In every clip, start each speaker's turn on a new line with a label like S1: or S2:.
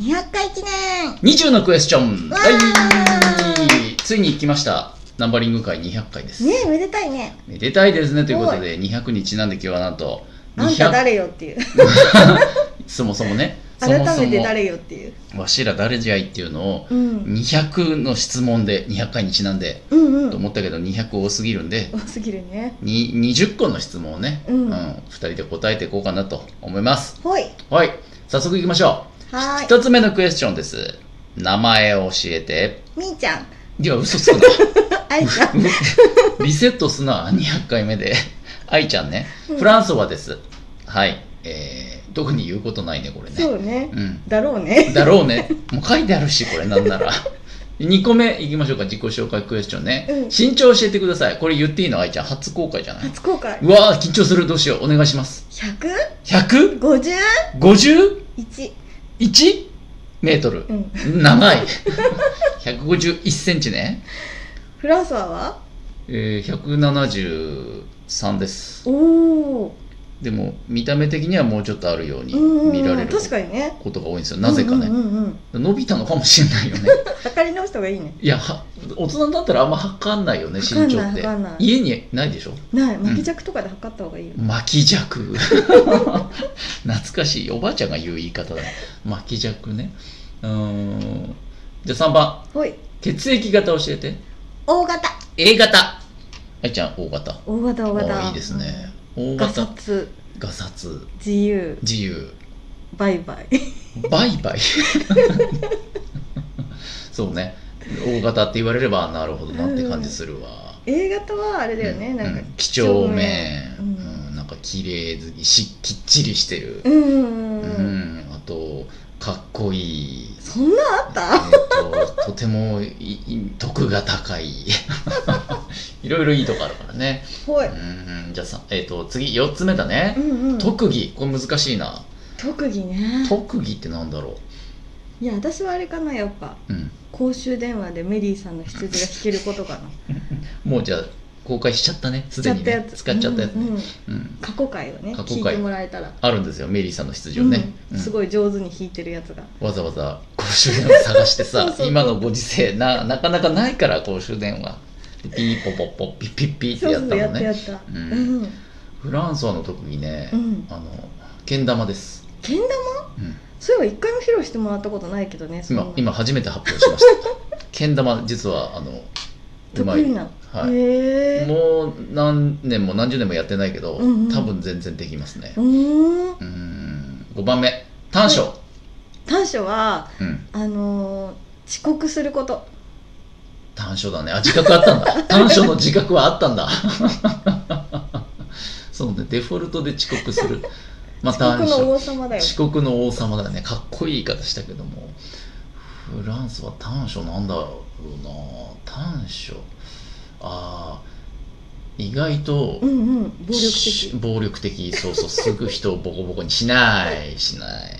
S1: 200回記念
S2: 20のクエスチョン
S1: わー
S2: はいついに行きましたナンバリング会200回です、
S1: ねえめでたいね
S2: めでたいですねということで200にちなんで今日はなんと
S1: あんた
S2: 200
S1: 誰よっていう
S2: そもそもねそ
S1: 改
S2: もそ
S1: めて
S2: も
S1: 誰よっていう、
S2: わしら誰じゃいっていうのを
S1: うん、
S2: 200の質問で200回にちなんで
S1: うんう
S2: と
S1: ん
S2: 思ったけど200多すぎるんで
S1: 多すぎるね
S2: に20個の質問をね、
S1: うん
S2: 2人で答えていこうかなと思います
S1: ほい
S2: はい早速行きましょ
S1: は
S2: う
S1: ーい
S2: 1つ目のクエスチョンです名前を教えて
S1: みーちゃん
S2: いや嘘つくな
S1: 愛ちゃ ん
S2: リセットすな、200回目で。 愛ちゃんね。
S1: うん
S2: フランソワです。はい。えー、特に言うことないね、これね。
S1: そうね
S2: うん。
S1: だろうね
S2: だろうね。もう書いてあるし、これなんなら。2個目いきましょうか、自己紹介クエスチョンね。
S1: うん
S2: 身長教えてください。これ言っていいの愛ちゃん。初公開じゃない
S1: 初公開
S2: うわー、緊張する。どうしよう。お願いします。151
S1: 151
S2: メートル
S1: う。ん
S2: 長い。151センチね。
S1: フランソワは
S2: えー、173です。
S1: おお
S2: でも見た目的にはもうちょっとあるように
S1: うん
S2: 見ら
S1: う
S2: れ
S1: ん
S2: る
S1: 確かにね
S2: ことが多いんですよなぜかね、
S1: うんうんうん
S2: 伸びたのかもしれないよね
S1: 測り直した方がいいね
S2: いやは大人だったらあんま測んないよね身長
S1: 測んな
S2: っ
S1: い
S2: て
S1: 測んない
S2: 家にないでしょ
S1: ない巻き尺とかで測った方がいいよ、
S2: 巻き尺懐かしいおばあちゃんが言う言い方だ巻き尺ねうーんじゃあ3番
S1: ほい
S2: 血液型教えて
S1: 大型
S2: A 型愛ちゃん O 型
S1: 大型大
S2: あ
S1: 型
S2: ーいいですね、O
S1: ガサ
S2: 型
S1: ツ
S2: ガサツ
S1: 自由
S2: 自由
S1: バイバイ
S2: バイバイ そうね大型って言われればなるほどなって感じするわ、
S1: A 型はあれだよね、
S2: うん
S1: なんか
S2: うん几帳面、
S1: う
S2: うんんなんか綺麗好きしきっちりしてる
S1: う、んうんうん
S2: う
S1: うんん、
S2: あとかっこいい
S1: そんなんあっ
S2: え
S1: た
S2: ーととてもいい徳が高い いろいろいいとこあるからね、
S1: ほい、
S2: うん、じゃあさ、えー、と次4つ目だね
S1: う、んうん、
S2: 特技これ難しいな
S1: 特技ね
S2: 特技ってなんだろ
S1: いや私はあれかなやっぱ
S2: う、うん、
S1: 公衆電話でメリーさんの羊が弾けることかな
S2: もうじゃあ公開しちゃったねすでにね使っちゃったやつ
S1: うん
S2: ね、
S1: うん
S2: うん
S1: 過去回をね
S2: 過去
S1: 聞
S2: 回
S1: いてもらえたら、
S2: あるんですよメリーさんの羊をね、
S1: うんす
S2: い
S1: ごい上手に弾いてるやつが
S2: わざわざ公衆電話探してさ
S1: そうそう
S2: 今のご時世ななかなかないから公衆電話でピーポポポピッピッピーって
S1: そう
S2: や
S1: そ
S2: っ
S1: う
S2: た
S1: や
S2: の
S1: ったや
S2: ね
S1: った、
S2: うん
S1: うん
S2: フランソワの特技ね、
S1: うん
S2: あのけん玉です、
S1: けん玉
S2: うん
S1: そういえば一回も披露してもらったことないけどねそんな
S2: 今今初めて発表しましたけん玉実はあのうま
S1: 得意
S2: い、
S1: な
S2: はい
S1: へえ
S2: もう何年も何十年もやってないけど、
S1: うんうん
S2: 多分全然できますね
S1: うーん
S2: うーん5番目短所、
S1: 短所は
S2: うん、
S1: あのー遅刻すること
S2: 短所だねあ自覚あったん だ短所の自覚はあったんだ そうねデフォルトで遅刻するまあ
S1: 遅刻
S2: 短
S1: の
S2: 所
S1: 王様だよ
S2: 遅刻の王様だねかっこいい言い方したけどもフランスは短所なんだろうな短所あー意外と
S1: うんうん暴力
S2: し
S1: 的
S2: 暴力的そうそうすぐ人をボコボコにしないしない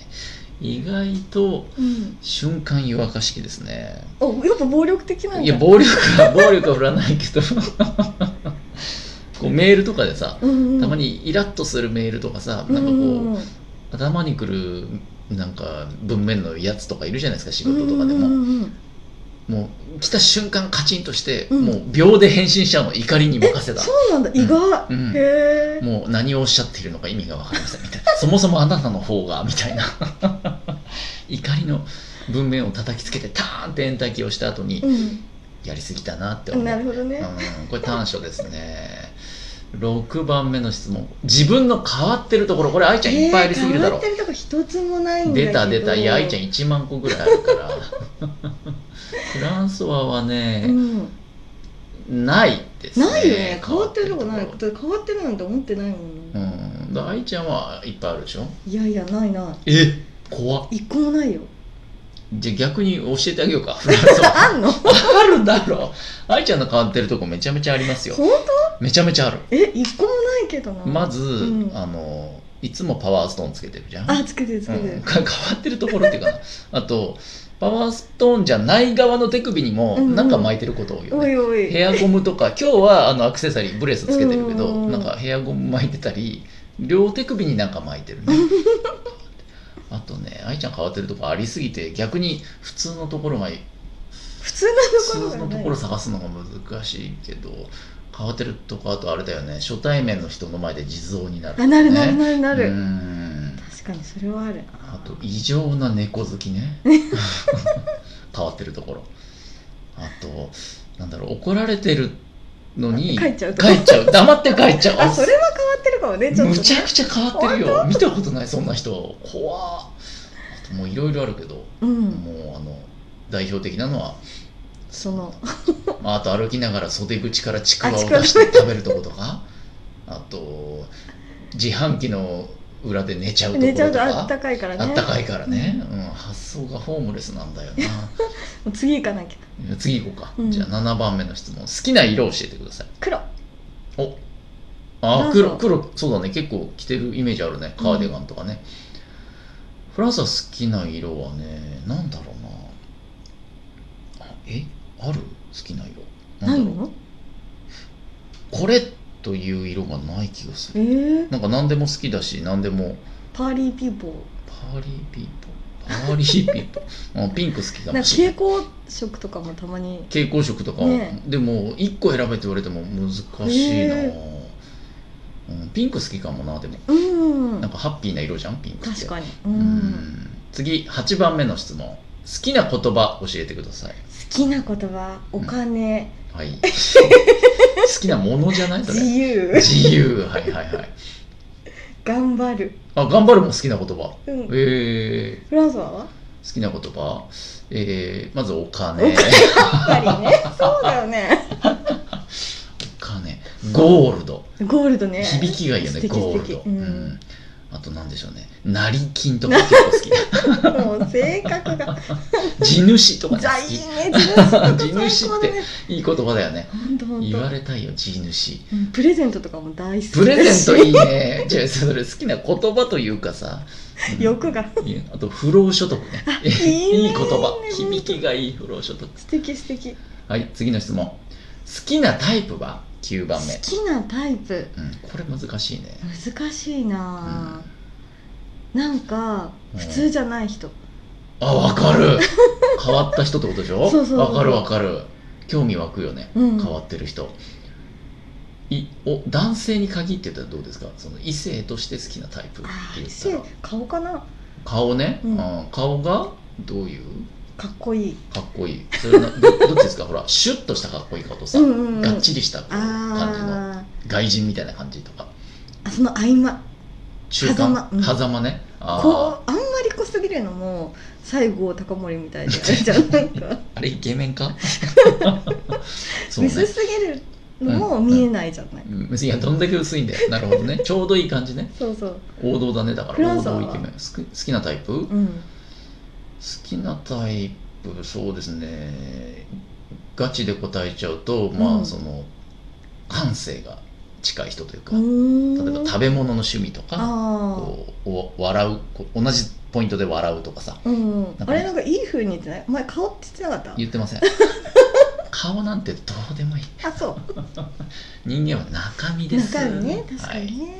S2: 意外と
S1: うん
S2: 瞬間湯沸かし器ですね
S1: おやっぱ暴力的なんだ
S2: いや暴力は 暴力は振らないけどこうメールとかでさ
S1: うんうん
S2: たまにイラッとするメールとかさ、なんかこう、
S1: うんうん
S2: 頭にくるなんか文面のやつとかいるじゃないですか仕事と
S1: う
S2: かでも、
S1: んうんうん
S2: もう来た瞬間カチンとして、
S1: うん
S2: もう秒で返信しちゃうの怒りに任せた
S1: そうなんだ意外、
S2: うん
S1: へえ
S2: もう何をおっしゃっているのか意味が分かりませんみたいな そもそもあなたの方がみたいな 怒りの文面を叩きつけてターンってエンターキーをした後に、やりすぎたなって
S1: う
S2: 思
S1: ん、
S2: う
S1: なるほどね、
S2: うん、これ短所ですね6番目の質問自分の変わってるところこれ愛ちゃんいっぱいありすぎるだろ、
S1: えー変わってるとこ一つもないんだけど
S2: 出た出たいや愛ちゃん1万個ぐらいあるからフランソワは
S1: う
S2: ね、
S1: ん、
S2: ないですね
S1: ないよね変わってるとこない
S2: 変わって
S1: だ
S2: る
S1: って変わってるなんて思ってないもん、
S2: とこうんだから愛ちゃんはいっぱいあるでしょ
S1: いやいやないな
S2: え怖っ
S1: い一個もないよ
S2: じゃあ逆に教えてあげようかフランソワ
S1: あんの
S2: あるだろ愛ちゃんの変わってるとこめちゃめちゃありますよ
S1: 本
S2: めちゃめちゃある
S1: 当え一個もないけどな
S2: まず、
S1: うん
S2: あのいつもパワーストーンつけてるじゃん
S1: あつけてるつけてる、
S2: うん、か 変わってるところっていうかなあとパワーストーンじゃない側の手首にも
S1: うんうん
S2: なんか巻いてること多いよ
S1: お
S2: ね、
S1: いおい
S2: ヘアゴムとか今日はあのアクセサリーブレスつけてるけど、
S1: うんうんうん
S2: なんかヘアゴム巻いてたり両手首になんか巻いてるねああとね愛ちゃん変わってるとこありすぎて逆に普通のところが
S1: 普通
S2: 普通
S1: の
S2: の
S1: と
S2: と
S1: こ
S2: こ
S1: ろがな
S2: ろ
S1: い
S2: 探すのが難しいけど変わってるとこあとあれだよね初対面の人の前で地蔵になると
S1: あ
S2: かね、
S1: なるなるなるなる、
S2: うん
S1: 確かにそれはあるな
S2: あと異常な猫好き ね 変わってるところあとなんだろう怒られてるのに
S1: 帰っちゃうと
S2: 帰っちゃう黙って帰っちゃう
S1: あそれは変わってるかもねちょっ
S2: む
S1: と
S2: ちゃくちゃ変わってるよ見たことないそんな人怖っあともういろいろあるけど、
S1: うん
S2: もうあの代表的なのは
S1: その
S2: まあ、あと歩きながら袖口からちくわを
S1: あちくわ
S2: 出して食べるとことかあと自販機の裏で寝ちゃうところ
S1: 寝
S2: と
S1: ちゃうと
S2: か
S1: あったかいからね
S2: あったかいからね、うん発想がホームレスなんだよ
S1: もう次行かなきゃ
S2: な次行こうか、
S1: うん
S2: じゃあ7番目の質問好きな色を教えてください
S1: 黒
S2: おあ
S1: なん
S2: ー
S1: か
S2: 黒黒そうだね結構着てるイメージあるねカーディガンとかね、フランスは好きな色はねなんだろうなあえある好きな色なんだ
S1: ない
S2: ろう
S1: の
S2: これという色がない気がす
S1: え
S2: る
S1: ー、
S2: なんか何でも好きだし何でも
S1: パーリーピーポ
S2: パーリーピーポーパーリーピーポー うんピンク好き
S1: ー
S2: か
S1: なん
S2: も
S1: か
S2: しれ
S1: 蛍
S2: ない
S1: 光色とかもたまに
S2: 蛍光色とか、
S1: ね
S2: でも1個選べって言われても難しいな、
S1: へ
S2: うん、ピンク好きかもなでも
S1: うん
S2: なんかハッピーな色じゃんピンクって
S1: 確かにう、
S2: うんん次8番目の質問好きな言葉教えてください
S1: 好きな言葉お金、
S2: はい 好きなものじゃないそれ
S1: 自由
S2: 自由はいはいはい
S1: 頑張る、
S2: あ頑張るも好きな言葉
S1: うん、フ
S2: えー、
S1: ランソワ は
S2: 好きな言葉、えー、まずお金
S1: おやっぱりねそうだよね
S2: お金ゴールド
S1: ゴールドね
S2: 響きがいいよ
S1: 素
S2: ね
S1: 敵
S2: ゴール
S1: 素
S2: ド、
S1: 敵うん
S2: うんあとなんでしょうね成金とか結構好き
S1: もう性格 が
S2: 地主とか
S1: じゃあいい
S2: ね
S1: ね地主とか
S2: 地
S1: 最
S2: 主
S1: 高
S2: っ
S1: だ
S2: て
S1: ね
S2: 好きいい言葉だよね
S1: 本当本
S2: 言わ
S1: 当
S2: れたいよ地主
S1: うんプレゼントとかも大好き
S2: プレゼント
S1: だし
S2: いいねじゃあそれ好きな言葉というかさ、うん
S1: 欲が
S2: いいよあと不労所得ね
S1: いいね
S2: いい言葉響きがいい不労所得
S1: 素敵素敵
S2: はい次の質問好きなタイプは9
S1: 好
S2: 番目
S1: きなタイプ
S2: うん、これ難しいね。
S1: 難しいなぁ、
S2: う
S1: なんか
S2: うん
S1: 普通じゃない人、
S2: あ、わか る。変わった人ってことでしょ
S1: そうそうそう
S2: わかるわかる。興味湧くよね。
S1: うん
S2: 変わってる人。いお男性に限って言ったらどうですかその異性として好きなタイプって
S1: あー
S2: 言
S1: 異
S2: った
S1: 性
S2: ら
S1: 顔かな
S2: 顔ね、
S1: うん
S2: あー顔がどういう
S1: かっこいい
S2: かっこいいそれなどどっちですかほらシュッとしたかっこいい顔とさ、
S1: うんうんうん
S2: がっちりしたこう感じの
S1: あ
S2: 外人みたいな感じとか
S1: ーあその合間
S2: 中間
S1: 狭間うん
S2: 狭間ねあ
S1: こう
S2: ー
S1: あんまり濃すぎるのも西郷隆盛みたいであれじゃんなんか、
S2: あれイケメ ンかそうね
S1: 薄すぎるのも見えないじゃない、
S2: うんいやどんだけ薄いんだよなるほどねちょうどいい感じね
S1: そうそう
S2: 王道だねだか
S1: フラ
S2: ら
S1: ン
S2: 王
S1: スは
S2: 道イケメン好き好きなタイプ、好
S1: うん
S2: きなタイプそうですねガチで答えちゃうと
S1: う
S2: ま
S1: ん
S2: あその感性が近い人というか、
S1: うーん
S2: 例えば食べ物の趣味とか
S1: あ
S2: こうお笑うこう同じポイントで笑うとかさ
S1: あうん
S2: なんか
S1: あれなんかいい風に言ってないお前顔って言ってなかった
S2: 言ってませ ん顔なんてどうでもいい
S1: あそう
S2: 人間は中身です
S1: 中身ね確か
S2: はい
S1: にね、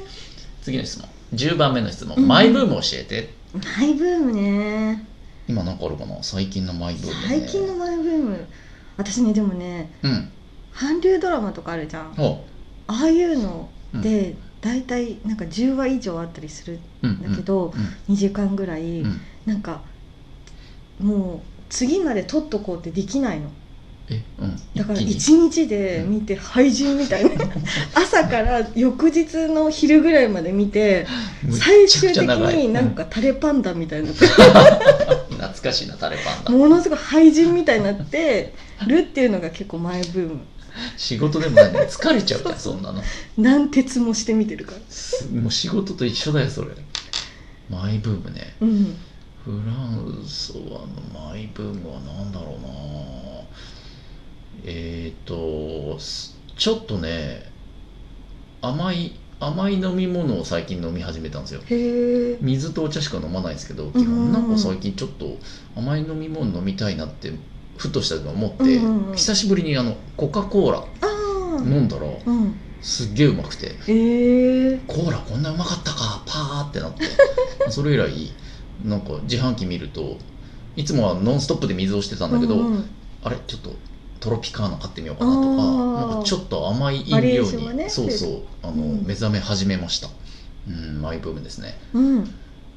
S2: 次の質問10番目の質問、
S1: うん
S2: マイブーム教えて
S1: マイブームね
S2: 今なんかあるかな最近のマイブーム、ね、
S1: 最近のマイブーム私ねでもね
S2: うん
S1: 韓流ドラマとかあるじゃんあ
S2: おう
S1: あいうので、大体なんか10話以上あったりする
S2: うん
S1: ん
S2: う
S1: だ
S2: ん
S1: けど、2時間ぐらい、
S2: うんうん
S1: なんかもう次まで撮っとこうってできないの
S2: えうん
S1: だから
S2: 一気に
S1: 1日で見て廃人みたいな 朝から翌日の昼ぐらいまで見て
S2: むっ
S1: 最
S2: ちゃ
S1: 終
S2: くち
S1: 的
S2: ゃ長い
S1: になん
S2: う
S1: かタレパンダみたいな
S2: 懐かしいなタレパンダ
S1: ものすごい廃人みたいになってるっていうのが結構マイブーム
S2: 仕事でもないのに疲れちゃうからそんなの
S1: 何徹もして見てるから
S2: すもう仕事と一緒だよそれマイブームね
S1: うん
S2: フランソワのマイブームは何だろうなえっ、ー、とすちょっとね甘い甘い飲み物を最近飲み始めたんですよ
S1: へえ
S2: 水とお茶しか飲まないんですけど基
S1: うんうんうん
S2: 本なんか最近ちょっと甘い飲み物飲みたいなってふとした時思って、
S1: うんうんうん
S2: 久しぶりにあのコカ・コーラ
S1: ああ
S2: 飲んだら
S1: うん
S2: すっげえうまくて
S1: へえ
S2: コーラこんなうまかったかパーってなってそれ以来なんか自販機見るといつもはノンストップで水をしてたんだけど、
S1: うんうん
S2: あれちょっとトロピカーナ買ってみようかなと
S1: あ
S2: か
S1: ー
S2: なんかちょっと甘い
S1: バリ
S2: 飲
S1: エ
S2: 料
S1: ーションが
S2: に、
S1: ね
S2: そうそうあの、
S1: うん
S2: 目覚め始めましたうんマイブームですね
S1: うん、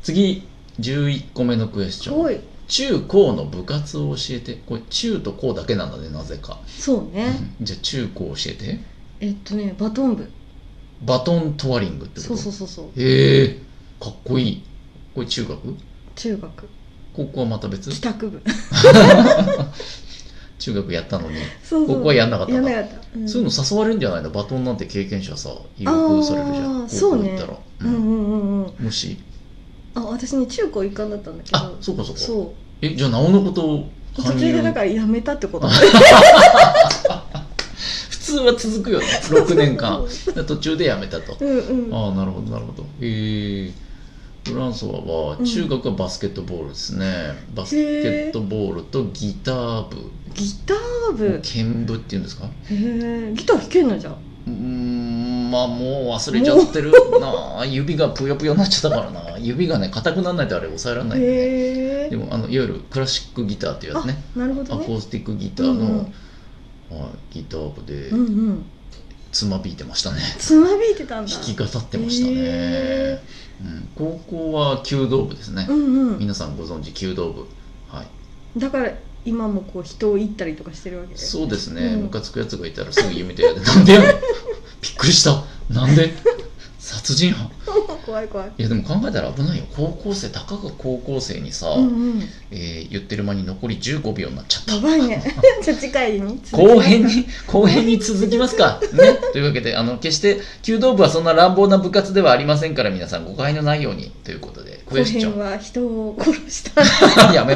S2: 次11個目のクエスチ
S1: す
S2: ョ
S1: ご
S2: ン
S1: い
S2: 中高の部活を教えてこれ中と高だけなんだねなぜか、
S1: そうね、
S2: うんじゃあ中高教えて
S1: えっとねバトン部
S2: バトントワリングってこと
S1: そうそうそうそう
S2: へえかっこいいこれ中学
S1: 中学
S2: 高校はまた別
S1: 帰宅部
S2: 中学やったのに
S1: そうそう
S2: 高校はやんなかった
S1: や
S2: ん
S1: ん
S2: だ
S1: なかった、ん
S2: そういうの誘われるんじゃないのバトンなんて経験者さ誘惑されるじゃ
S1: あー
S2: ん高
S1: そう
S2: 校
S1: ね
S2: 行ったら、
S1: うん
S2: う
S1: うん
S2: ん
S1: うんうん
S2: もし
S1: あ私ね中高一貫だったんだけど
S2: あそうかそうか
S1: そう
S2: えじゃあなおのことを
S1: 途中でだからやめたってこと6
S2: 普通は続くよね6年間途中でやめたと
S1: うんうん
S2: ああなるほどなるほどへえフランソワ
S1: う
S2: は
S1: ん
S2: 中学はバスケットボールですね、バスケットボールとギター部
S1: ギター部
S2: 剣部っていうんですか
S1: へえギター弾けんのじゃん
S2: うーんまあもう忘れちゃってるなあ指がぷよぷよになっちゃったからな指がね硬くならないとあれ抑えられないんでね、
S1: へ
S2: で
S1: え
S2: もあのいわゆるクラシックギターっていうやつね
S1: なるほ
S2: ア
S1: ど
S2: コ
S1: ね
S2: ースティックギターの、
S1: うんうん
S2: はい、ギター部で
S1: うんうん
S2: つまびいてましたね、
S1: つまびいてたんだ
S2: 弾き語ってましたね、
S1: へ
S2: うん、高校は弓道部ですね、
S1: うんうん
S2: 皆さんご存知弓道部はい
S1: だから今もこう人を行ったりとかしてるわけで
S2: そうですね、
S1: うん
S2: ムカつくやつがいたらすぐ夢でやでなんでやね んびっくりしたなんで殺人犯
S1: 怖い怖い
S2: いやでも考えたら危ないよ高校生たかが高校生にさ、
S1: うんうん
S2: えー言ってる間に残り15秒になっちゃった
S1: やばい ねじゃあ次回に
S2: 後編に、後編に続きますか。ね。というわけで、あの、決して、弓道部はそんな乱暴な部活ではありませんから、皆さん誤解のないように、ということで、ク
S1: 後
S2: エスチ
S1: 編
S2: ョ
S1: は人を殺した
S2: ン。やめろ。